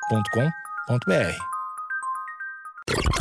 agenciadepodcast.com.br.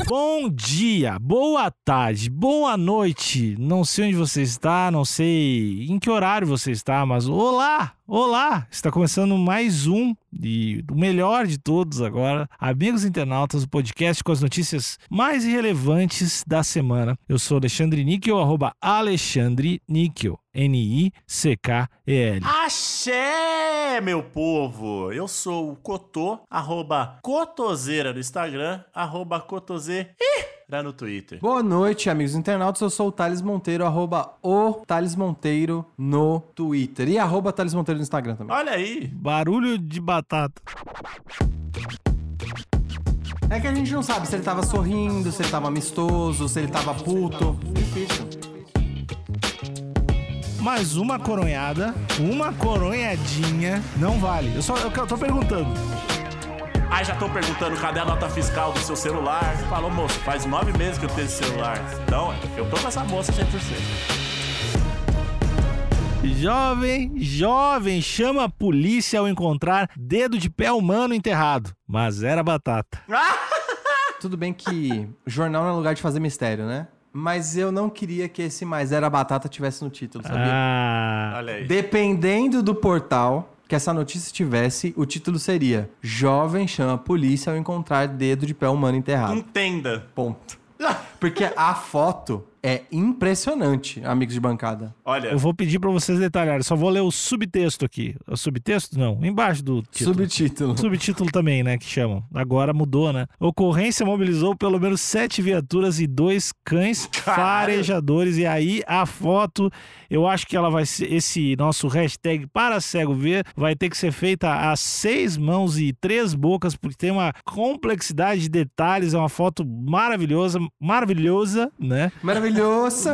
Bom dia, boa tarde, boa noite. Não sei onde você está, não sei em que horário você está, mas olá, olá! Está começando mais um e o melhor de todos agora, amigos internautas, o podcast com as notícias mais relevantes da semana. Eu sou Alexandre Níquel, arroba Alexandre Níquel, N-I-C-K-E-L. Axé, meu povo! Eu sou o Cotô, arroba Cotoseira no Instagram, arroba Cotoseira no Twitter. Boa noite, amigos internautas. Eu sou o Thales Monteiro, arroba o Thales Monteiro no Twitter. E arroba Thales Monteiro no Instagram também. Olha aí! Barulho de batata. É que a gente não sabe se ele tava sorrindo, se ele tava amistoso, se ele tava puto. Difícil. Mais uma coronhada, uma coronhadinha, não vale. Eu só eu, eu tô perguntando. Ai, já estão perguntando cadê a nota fiscal do seu celular. Falou, moço, faz nove meses que eu tenho esse celular. Então, eu tô com essa moça 100%. Jovem, jovem, chama a polícia ao encontrar dedo de pé humano enterrado. Mas era batata. Tudo bem que jornal não é lugar de fazer mistério, né? Mas eu não queria que esse mais era batata tivesse no título, sabia? Ah, Olha aí. Dependendo do portal que essa notícia tivesse, o título seria Jovem chama a polícia ao encontrar dedo de pé humano enterrado. Entenda. Ponto. Porque a foto é impressionante, amigos de bancada. Olha, eu vou pedir pra vocês detalharem. Só vou ler o subtexto aqui. O subtexto? Não, embaixo do título. Subtítulo. Subtítulo também, né? Que chamam. Agora mudou, né? Ocorrência mobilizou pelo menos sete viaturas e dois cães farejadores. E aí a foto, eu acho que ela vai ser. Esse nosso hashtag para cego ver vai ter que ser feita a seis mãos e três bocas, porque tem uma complexidade de detalhes. É uma foto maravilhosa, maravilhosa, né? Maravilhosa.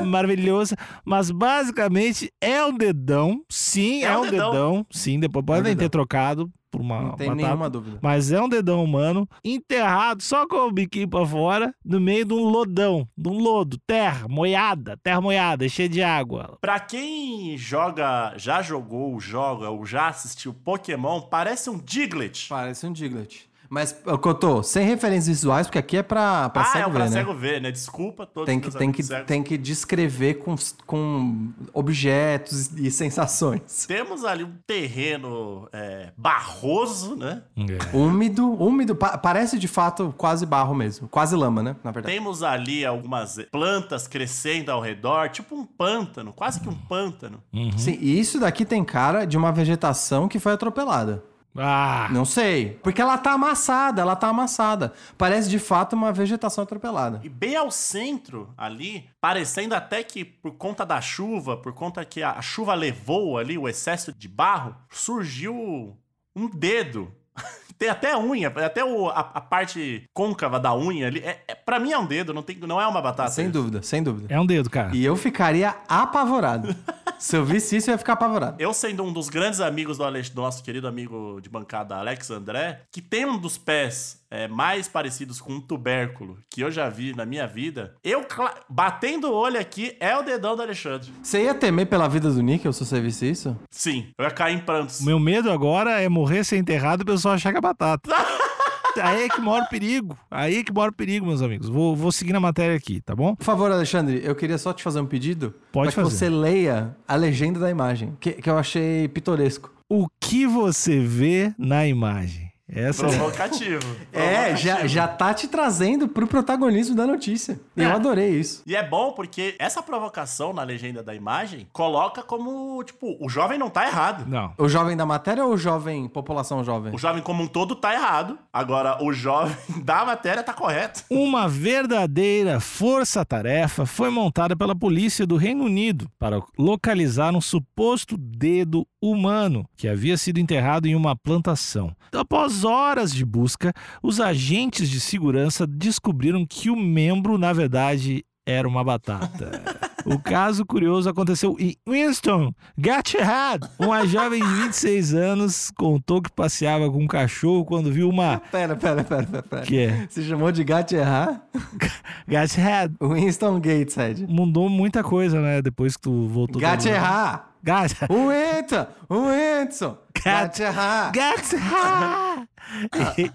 Maravilhosa, mas basicamente é um dedão, sim, é, um dedão. É um sim, depois podem ter dedão. trocado por uma Não tem batata. nenhuma dúvida. Mas tá é um dedão humano enterrado só com o biquinho pra fora no meio de um lodão, de um lodo, terra, moiada, terra moiada, cheia de água. pra quem joga, já jogou, joga ou já assistiu Pokémon, parece um Diglett. Parece um Diglett. Mas, ô, Cotô, sem referências visuais, porque aqui é pra, pra ah, cego é o pra ver, né? cego ver, né? Desculpa todos Tem os que, meus tem, que, amigos cegos. tem que descrever com, com objetos e sensações. Temos ali um terreno é, barroso, né? É. Úmido, úmido, pa- parece de fato quase barro mesmo. Quase lama, né? Na verdade. Temos ali algumas plantas crescendo ao redor, tipo um pântano, quase que um pântano. Sim, e isso daqui tem cara de uma vegetação que foi atropelada. Ah, Não sei. Porque ela tá amassada, ela tá amassada. Parece de fato uma vegetação atropelada. E bem ao centro ali, parecendo até que por conta da chuva, por conta que a chuva levou ali o excesso de barro, surgiu um dedo. Tem até unha, até o- a, a parte côncava da unha ali. É, é, pra mim é um dedo, não, tem, não é uma batata. Sem dúvida, sem dúvida. é um dedo, cara. E eu ficaria apavorado. Se eu visse isso, eu ia ficar apavorado. Eu sendo um dos grandes amigos do, Alex, do nosso querido amigo de bancada, Alex André, que tem um dos pés é, mais parecidos com um tubérculo que eu já vi na minha vida, eu cla- batendo o olho aqui é o dedão do Alexandre. Você ia temer pela vida do Níquel se você visse isso? Sim, eu ia cair em prantos. O meu medo agora é morrer ser enterrado e o pessoal achar que é batata. Aí é que mora o perigo. Aí é que mora o perigo, meus amigos. Vou, vou seguir na matéria aqui, tá bom? Por favor, Alexandre, eu queria só te fazer um pedido. Pode pra fazer. que você leia a legenda da imagem, que, que eu achei pitoresco. O que você vê na imagem? Essa é Provocativo. É, Provocativo. já, já tá te trazendo pro protagonismo da notícia. Eu É. adorei isso. E é bom porque essa provocação na legenda da imagem coloca como, tipo, o jovem não tá errado. Não. O jovem da matéria ou o jovem, população jovem? O jovem como um todo tá errado. Agora, o jovem da matéria tá correto. Uma verdadeira força-tarefa foi montada pela polícia do Reino Unido para localizar um suposto dedo humano que havia sido enterrado em uma plantação. Após horas de busca, os agentes de segurança descobriram que o membro, na verdade, era uma batata. O caso curioso aconteceu em Winston, Gatchhead. Uma jovem de 26 anos contou que passeava com um cachorro quando viu uma... Pera, pera, pera, pera. pera. que é? Você chamou de gato errar? Gatchhead. Winston Gateshead. mudou muita coisa, né? Depois que tu voltou. Gato errar! Gacha. O Edson! O Edson! Gacha! Gacha! E-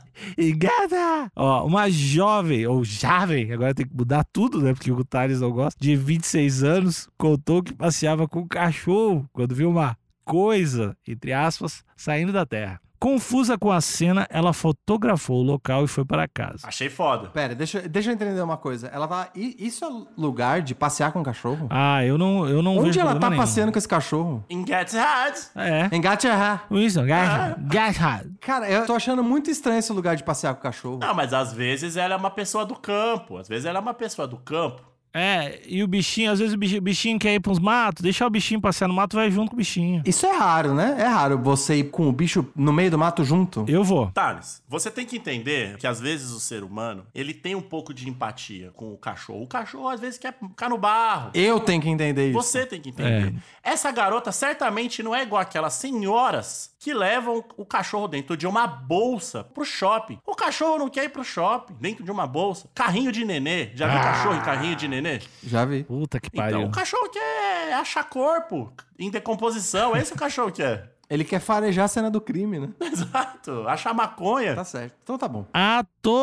e Gata! Ó, uma jovem, ou jovem, agora tem que mudar tudo, né? Porque o Thales não gosta, de 26 anos, contou que passeava com um cachorro quando viu uma coisa, entre aspas, saindo da terra. Confusa com a cena, ela fotografou o local e foi para casa. Achei foda. Pera, deixa, deixa eu entender uma coisa. Ela tá. i- Isso é lugar de passear com cachorro? Ah, eu não, eu não Onde vejo ela tá problema nenhum. passeando com esse cachorro? In Gets Hard. É. Engatear. Isso, Ah. gacha, gacha. Cara, eu tô achando muito estranho esse lugar de passear com cachorro. Não, mas às vezes ela é uma pessoa do campo. Às vezes ela é uma pessoa do campo. É, e o bichinho, às vezes o bichinho, o bichinho quer ir para uns matos, deixar o bichinho passear no mato, vai junto com o bichinho. Isso é raro, né? É raro você ir com o bicho no meio do mato junto. Eu vou. Thales, você tem que entender que às vezes o ser humano, ele tem um pouco de empatia com o cachorro. O cachorro às vezes quer ficar no barro. Eu tenho que entender isso. Você tem que entender. É. Essa garota certamente não é igual aquelas senhoras que levam o cachorro dentro de uma bolsa pro shopping. O cachorro não quer ir pro shopping, dentro de uma bolsa. Carrinho de nenê. Já viu Ah. cachorro em carrinho de nenê? Já vi. Puta que Então, pariu. o cachorro quer achar corpo em decomposição. Esse o cachorro quer. Ele quer farejar a cena do crime, né? Exato. Achar É. maconha. Tá certo. Então tá bom.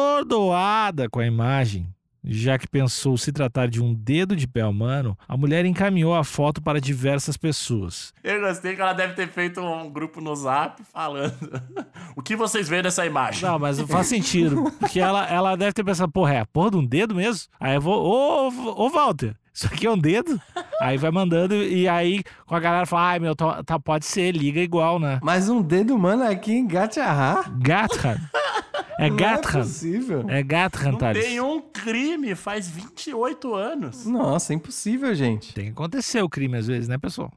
Atordoada com a imagem, já que pensou se tratar de um dedo de pé humano, a mulher encaminhou a foto para diversas pessoas. Eu gostei que ela deve ter feito um grupo no zap falando. o que vocês veem nessa imagem? Não, mas não faz sentido. Porque ela, ela deve ter pensado, porra, é a porra de um dedo mesmo? Aí eu vou, ô, ô, ô, Walter, isso aqui é um dedo? Aí vai mandando e aí com a galera fala, ai meu, tá, tá- pode ser, liga igual, né? Mas um dedo humano aqui em Gatear. Gatran. É Não é Gatran. possível. É Gatran, Não Thales. tem um crime faz 28 anos. Nossa, é impossível, gente. Tem que acontecer o crime às vezes, né, pessoal?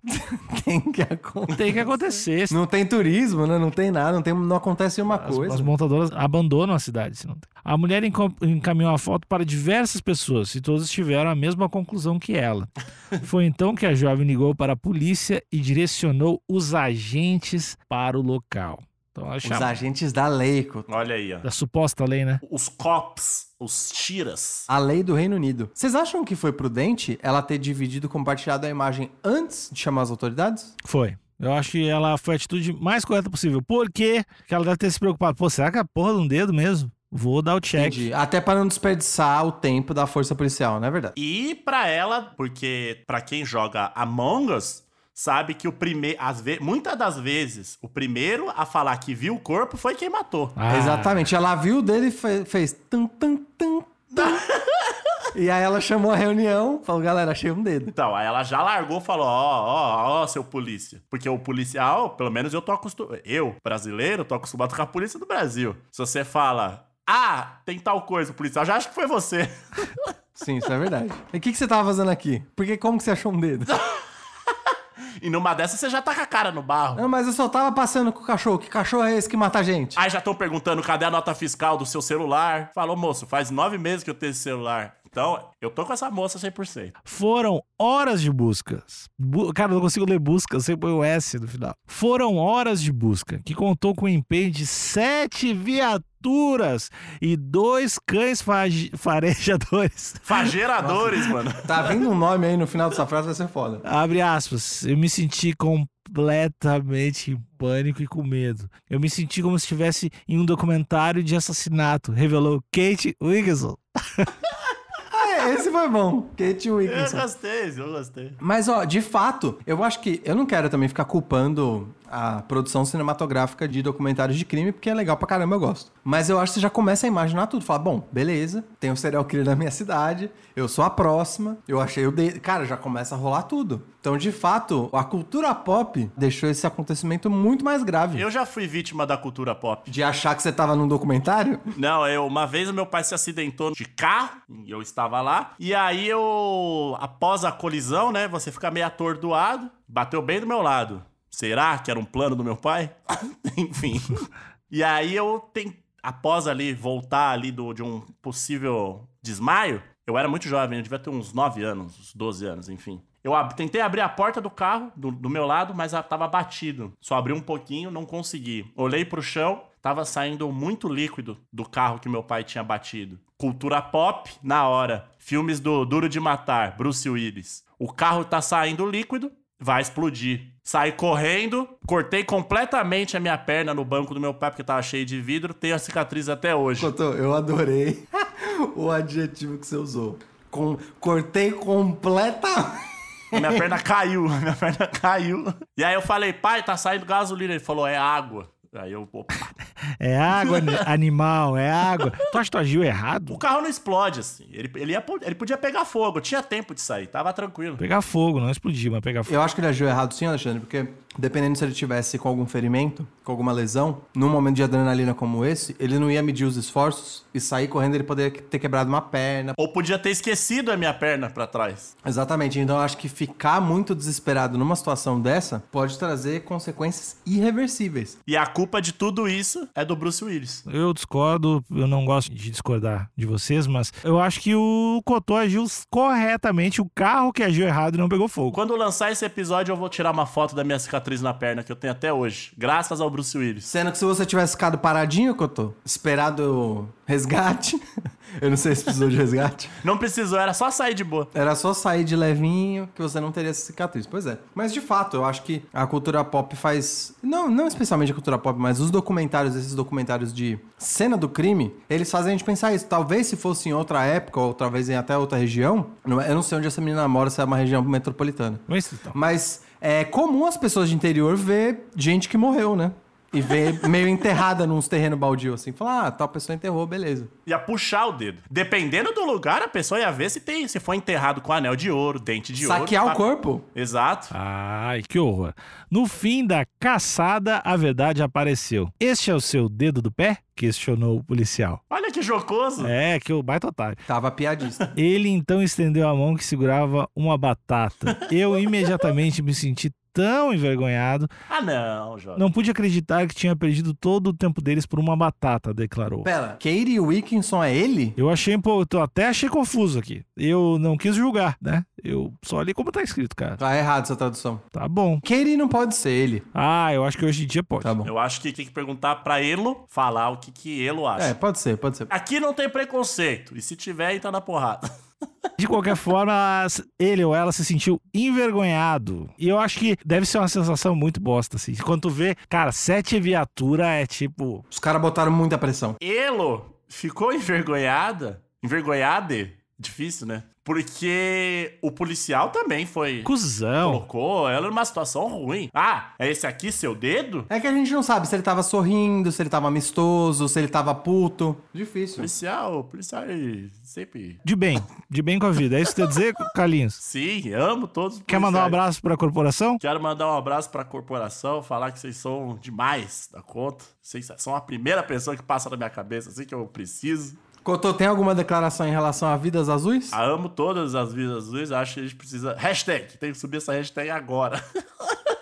Tem que acontecer. Tem que acontecer. Não tem turismo, né? Não tem nada, não, tem, não acontece uma As, coisa. as montadoras abandonam a cidade. Se não tem. A mulher enco- encaminhou a foto para diversas pessoas e todos tiveram a mesma conclusão que ela. Foi então que a jovem ligou para a polícia e direcionou os agentes para o local. Então ela Os chama agentes da lei, Couto. Olha aí, ó. da suposta lei, né? Os cops, os tiras. A lei do Reino Unido. Vocês acham que foi prudente ela ter dividido, compartilhado a imagem antes de chamar as autoridades? Foi. Eu acho que ela foi a atitude mais correta possível. Por quê? Porque ela deve ter se preocupado. Pô, será que é a porra de um dedo mesmo? Vou dar o check. Entendi. Até para não desperdiçar o tempo da força policial, não é verdade? E pra ela, porque pra quem joga Among Us, sabe que o primeiro, muitas das vezes, o primeiro a falar que viu o corpo foi quem matou. Ah, Exatamente. Ela viu o dedo e fe- fez tum, tum, tum, tum. e aí ela chamou a reunião, falou, galera, achei um dedo. Então, aí ela já largou e falou: ó, ó, ó, seu polícia. Porque o policial, pelo menos eu tô acostumado. Eu, brasileiro, tô acostumado com a polícia do Brasil. Se você fala, ah, tem tal coisa, o policial já acha que foi você. Sim, isso é verdade. E o que, que você tava fazendo aqui? Porque como que você achou um dedo? E numa dessas você já tá com a cara no barro. Não, mas eu só tava passando com o cachorro. Que cachorro é esse que mata a gente? Aí já estão perguntando cadê a nota fiscal do seu celular. Falou, moço, faz nove meses que eu tenho esse celular. Então, eu tô com essa moça 100%. Foram horas de buscas. Bu- Cara, eu não consigo ler busca, eu sempre põe o S no final. Foram horas de busca, que contou com o empenho de sete viaturas e dois cães fage- farejadores. Fageiradores, mano. Tá vindo um nome aí no final dessa frase, vai ser foda. Abre aspas. Eu me senti completamente em pânico e com medo. Eu me senti como se estivesse em um documentário de assassinato, revelou Kate Wigginson. Ah, é, esse foi bom. Kate Eu Wilkinson. gostei, eu gostei. Mas, ó, de fato, eu acho que. Eu não quero também ficar culpando a produção cinematográfica de documentários de crime, porque é legal pra caramba, eu gosto. Mas eu acho que você já começa a imaginar tudo. Fala, bom, beleza, tem um serial killer na minha cidade, eu sou a próxima, eu achei o. De... Cara, já começa a rolar tudo. Então, de fato, a cultura pop deixou esse acontecimento muito mais grave. Eu já fui vítima da cultura pop. De achar que você tava num documentário? Não, eu, uma vez o meu pai se acidentou de carro, e eu estava lá, e aí eu, após a colisão, né, você fica meio atordoado, bateu bem do meu lado. Será que era um plano do meu pai? Enfim. E aí eu ten- após ali voltar ali do, de um possível desmaio, eu era muito jovem, eu devia ter uns 9 anos, uns 12 anos, enfim. Eu ab- tentei abrir a porta do carro, do, do meu lado, mas ela tava batido. Só abri um pouquinho, não consegui. Olhei pro chão, tava saindo muito líquido do carro que meu pai tinha batido. Cultura pop, na hora. Filmes do Duro de Matar, Bruce Willis. O carro tá saindo líquido, vai explodir. Saí correndo, cortei completamente a minha perna no banco do meu pai, porque tava cheio de vidro. Tenho a cicatriz até hoje. Cotô, eu adorei o adjetivo que você usou. Com- cortei completamente. Minha perna caiu, minha perna caiu. E aí eu falei, pai, tá saindo gasolina. Ele falou, é água. Aí eu, opa. É água, ani- animal, é água. Tu acha que tu agiu errado? O carro não explode, assim. Ele, ele, ia, ele podia pegar fogo, tinha tempo de sair, tava tranquilo. Pegar fogo, não explodir, mas pegar fogo. Eu acho que ele agiu errado sim, Alexandre, porque dependendo se ele tivesse com algum ferimento, com alguma lesão, num momento de adrenalina como esse, ele não ia medir os esforços e sair correndo ele poderia ter quebrado uma perna. Ou podia ter esquecido a minha perna pra trás. Exatamente, então eu acho que ficar muito desesperado numa situação dessa pode trazer consequências irreversíveis. E a culpa de tudo isso é do Bruce Willis. Eu discordo, eu não gosto de discordar de vocês, mas eu acho que o Cotô agiu corretamente, o carro que agiu errado não pegou fogo. Quando lançar esse episódio, eu vou tirar uma foto da minha cicatriz na perna que eu tenho até hoje. Graças ao Bruce Willis. Sendo que se você tivesse ficado paradinho, Cotô, esperado resgate, eu não sei se precisou de resgate, Não precisou, era só sair de boa. era só sair de levinho que você não teria essa cicatriz. Pois é. Mas de fato, eu acho que a cultura pop faz. Não, não especialmente a cultura pop, mas os documentários, esses documentários de cena do crime, eles fazem a gente pensar isso. Talvez se fosse em outra época, ou talvez em até outra região. não- é, Eu não sei onde essa menina mora, se é uma região metropolitana. Mas então, Mas é comum as pessoas de interior ver gente que morreu, né? E ver meio enterrada num terreno baldio, assim. Falar, ah, tal pessoa enterrou, beleza. Ia puxar o dedo. Dependendo do lugar, a pessoa ia ver se tem, se foi enterrado com anel de ouro, dente de Saquear ouro. tá o corpo. Exato. Ai, que horror. No fim da caçada, a verdade apareceu. Este é o seu dedo do pé? Questionou o policial. Olha que jocoso. É, que o baita otário. Tava piadista. Ele então estendeu a mão que segurava uma batata. Eu imediatamente me senti tão envergonhado, Ah, não, Jorge. não pude acreditar que tinha perdido todo o tempo deles por uma batata, declarou. Pera, Katie Wilkinson é ele? Eu achei, pô, eu até achei confuso aqui. Eu não quis julgar, né? Eu só li como tá escrito, cara. Tá errado essa tradução. Tá bom. Katie não pode ser ele. Ah, eu acho que hoje em dia pode. Tá bom. Eu acho que tem que perguntar pra Elo falar o que, que Elo É, acha. pode ser, pode ser. Aqui não tem preconceito. E se tiver, entra na porrada. De qualquer forma, ele ou ela se sentiu envergonhado. E eu acho que deve ser uma sensação muito bosta, assim. Quando tu vê, cara, sete viatura é tipo. Os caras botaram muita pressão. Elo ficou envergonhada. Envergonhada? Difícil, né? Porque o policial também foi. Cusão. Colocou ela numa situação ruim. Ah, é esse aqui seu dedo? É que a gente não sabe se ele tava sorrindo, se ele tava amistoso, se ele tava puto. Difícil. Policial, policial ele sempre. De bem. De bem com a vida. É isso que tu quer dizer, Carlinhos? Sim, amo todos. os Quer é. mandar um policiais. abraço pra corporação? Quero mandar um abraço pra corporação, falar que vocês são demais da conta. Vocês são a primeira pessoa que passa na minha cabeça, assim que eu preciso. Cotô, tem alguma declaração em relação a vidas azuis? Ah, amo todas as vidas azuis, acho que a gente precisa. Hashtag, tem que subir essa hashtag agora.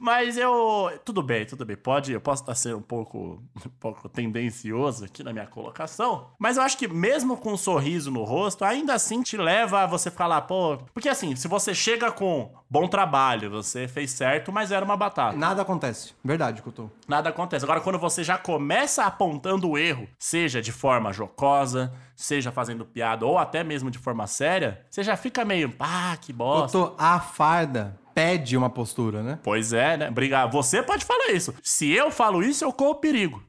Mas eu. Tudo bem, tudo bem. Pode, eu posso estar sendo um pouco, um pouco tendencioso aqui na minha colocação. Mas eu acho que mesmo com um sorriso no rosto, ainda assim te leva a você falar, pô. Porque assim, se você chega com bom trabalho, você fez certo, mas era uma batata. Nada acontece. Verdade, Cotô. Nada acontece. Agora, quando você já começa apontando o erro, seja de forma jocosa, seja fazendo piada ou até mesmo de forma séria, você já fica meio, ah, que bosta. Cotô, a farda pede uma postura, né? Pois é, né? Obrigado. Você pode falar isso. Se eu falo isso, eu corro perigo.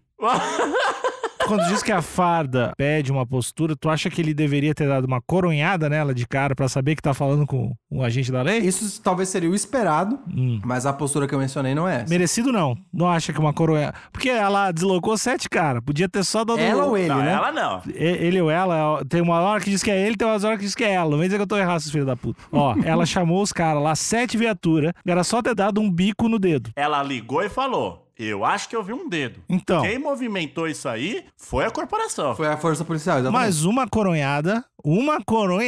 Quando diz que a farda pede uma postura, tu acha que ele deveria ter dado uma coronhada nela de cara pra saber que tá falando com um agente da lei? Isso talvez seria o esperado, Hum. mas a postura que eu mencionei não é essa. Merecido não. Não acha que uma coronha. Porque ela deslocou sete, cara. Podia ter só dado. Ela ou ele, não, né? ela não. E- Ele ou ela, ó, tem uma hora que diz que é ele, tem umas horas que diz que é ela. Não vem dizer que eu tô errado, seus filhos da puta. Ó, ela chamou os caras lá, sete viaturas, era só ter dado um bico no dedo. Ela ligou e falou: Eu acho que eu vi um dedo. Então, Quem movimentou isso aí foi a corporação. Foi a força policial, exatamente. mais uma coronhada, uma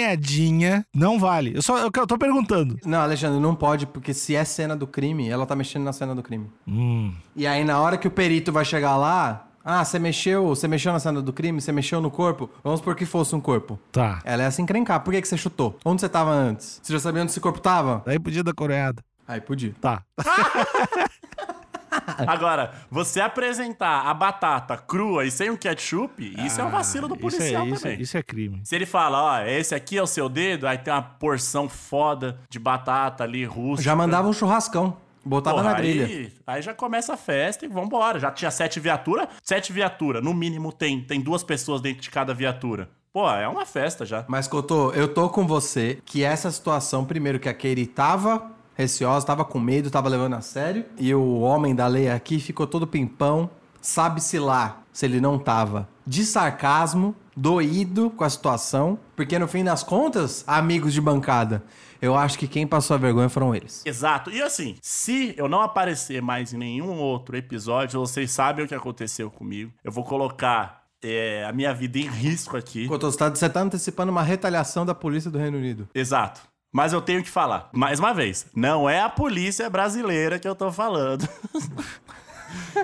coronhadinha, não vale. Eu só eu, eu tô perguntando. Não, Alexandre, não pode, porque se é cena do crime, ela tá mexendo na cena do crime. Hum. E aí, na hora que o perito vai chegar lá, ah, você mexeu, você mexeu na cena do crime, você mexeu no corpo, vamos supor que fosse um corpo. Tá. Ela é assim encrencar. Por que, que você chutou? Onde você tava antes? Você já sabia onde esse corpo tava? Tá. Daí podia dar coronhada. Aí podia. Tá. Agora, você apresentar a batata crua e sem o ketchup, isso é um vacilo do Ah, isso é- policial isso é- também. isso é crime. Se ele fala, ó, esse aqui é o seu dedo, aí tem uma porção foda de batata ali, russa. Já mandava um churrascão. Botava na grelha. Aí, aí já começa a festa e vambora. Já tinha sete viaturas. Sete viaturas, no mínimo tem. Tem duas pessoas dentro de cada viatura. Pô, é uma festa já. Mas, Cotô, eu tô com você que essa situação, primeiro, que a Katie tava receosa, tava com medo, tava levando a sério, e o homem da lei aqui ficou todo pimpão, sabe-se lá se ele não tava de sarcasmo, doído com a situação, porque no fim das contas, amigos de bancada, eu acho que quem passou a vergonha foram eles. Exato. E assim, se eu não aparecer mais em nenhum outro episódio, vocês sabem o que aconteceu comigo. Eu vou colocar é, a minha vida em risco aqui. Cotô, você tá, você tá antecipando uma retaliação da polícia do Reino Unido. Exato. Mas eu tenho que falar, mais uma vez, não é a polícia brasileira que eu tô falando.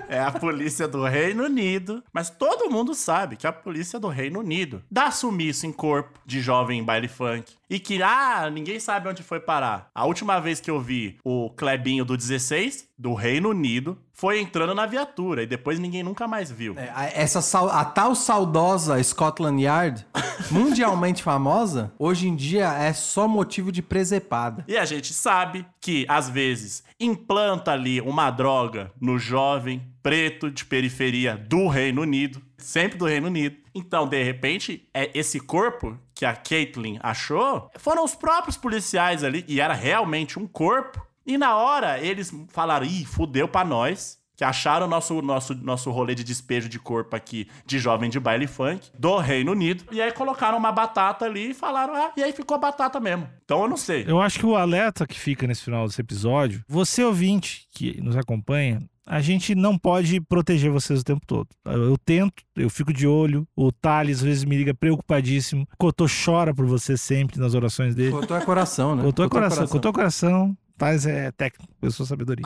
é a polícia do Reino Unido. Mas todo mundo sabe que é a polícia do Reino Unido dá sumiço em corpo de jovem em baile funk. E que, ah, ninguém sabe onde foi parar. A última vez que eu vi o Clebinho do 16, do Reino Unido, foi entrando na viatura e depois ninguém nunca mais viu. É, a- Essa, sau- a tal saudosa Scotland Yard, mundialmente famosa, hoje em dia é só motivo de presepada. E a gente sabe que, às vezes, implanta ali uma droga no jovem preto de periferia do Reino Unido, sempre do Reino Unido. Então, de repente, é esse corpo que a Caitlyn achou foram os próprios policiais ali, e era realmente um corpo. E na hora eles falaram: ih, fudeu pra nós. Que acharam nosso, nosso, nosso rolê de despejo de corpo aqui de jovem de baile funk do Reino Unido. E aí colocaram uma batata ali e falaram: ah, e aí ficou batata mesmo. Então eu não sei. Eu acho que o alerta que fica nesse final desse episódio, você ouvinte que nos acompanha, a gente não pode proteger vocês o tempo todo. Eu eu tento, eu fico de olho. O Thales às vezes me liga preocupadíssimo. Cotô chora por você sempre nas orações dele. Cotou é coração, né? Cotou é Cotô coração, cotou é coração. Thales é técnico, eu sou sabedoria.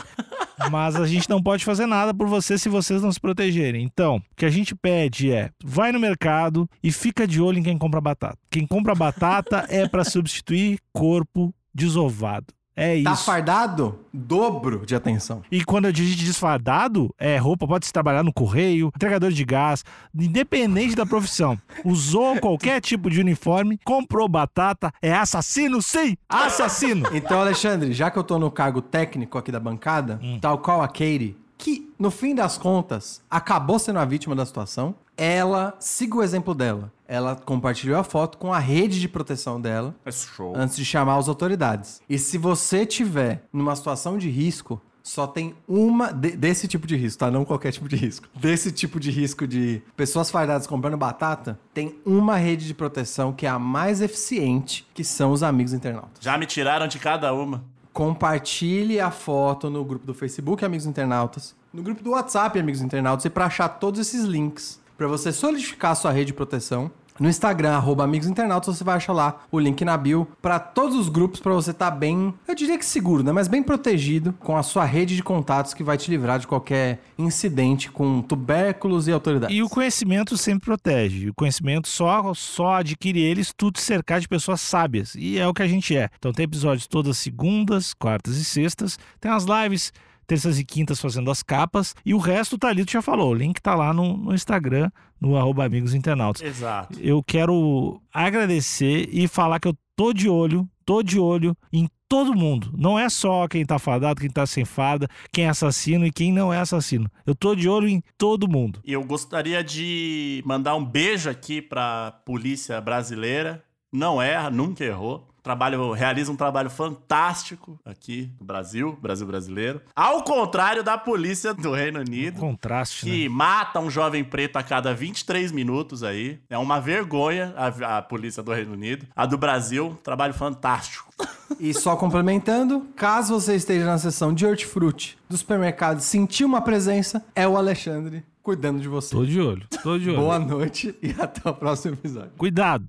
Mas a gente não pode fazer nada por você se vocês não se protegerem. Então, o que a gente pede é: vai no mercado e fica de olho em quem compra batata. Quem compra batata é pra substituir corpo desovado. É Tá isso. fardado? Dobro de atenção. E quando eu digito desfardado, é roupa, pode se trabalhar no correio, entregador de gás, independente da profissão. Usou qualquer tipo de uniforme, comprou batata, é assassino, sim! Assassino! Então, Alexandre, já que eu tô no cargo técnico aqui da bancada, Hum. tal qual a Katie, que no fim das contas acabou sendo a vítima da situação, ela siga o exemplo dela. Ela compartilhou a foto com a rede de proteção dela. É show. antes de chamar as autoridades. E se você tiver numa situação de risco, só tem uma de- desse tipo de risco, tá? Não qualquer tipo de risco. Desse tipo de risco de pessoas fardadas comprando batata, tem uma rede de proteção que é a mais eficiente, que são os amigos internautas. Já me tiraram de cada uma. Compartilhe a foto no grupo do Facebook Amigos Internautas, no grupo do WhatsApp Amigos Internautas e para achar todos esses links, para você solidificar a sua rede de proteção. No Instagram, arroba Amigos Internautas, você vai achar lá o link na bio para todos os grupos para você estar bem, eu diria que seguro, né? Mas bem protegido com a sua rede de contatos que vai te livrar de qualquer incidente com tubérculos e autoridades. E o conhecimento sempre protege. O conhecimento só, só adquire ele se tu te cercar de pessoas sábias. E é o que a gente é. Então tem episódios todas segundas, quartas e sextas. Tem as lives terças e quintas fazendo as capas. E o resto tá ali, tu já falou. O link tá lá no, no Instagram, no arroba amigos internautas. Exato. Eu quero agradecer e falar que eu tô de olho, tô de olho em todo mundo. Não é só quem tá fadado, quem tá sem fada, quem é assassino e quem não é assassino. Eu tô de olho em todo mundo. E eu gostaria de mandar um beijo aqui pra polícia brasileira. Não erra, nunca errou. Trabalho, realiza um trabalho fantástico aqui no Brasil, Brasil brasileiro. Ao contrário da polícia do Reino Unido. Contraste, né? Que mata um jovem preto a cada 23 minutos aí. É uma vergonha a, a polícia do Reino Unido. A do Brasil, trabalho fantástico. E só complementando, caso você esteja na seção de hortifruti do supermercado e sentir uma presença, é o Alexandre cuidando de você. Tô de olho, tô de olho. Boa noite e até o próximo episódio. Cuidado.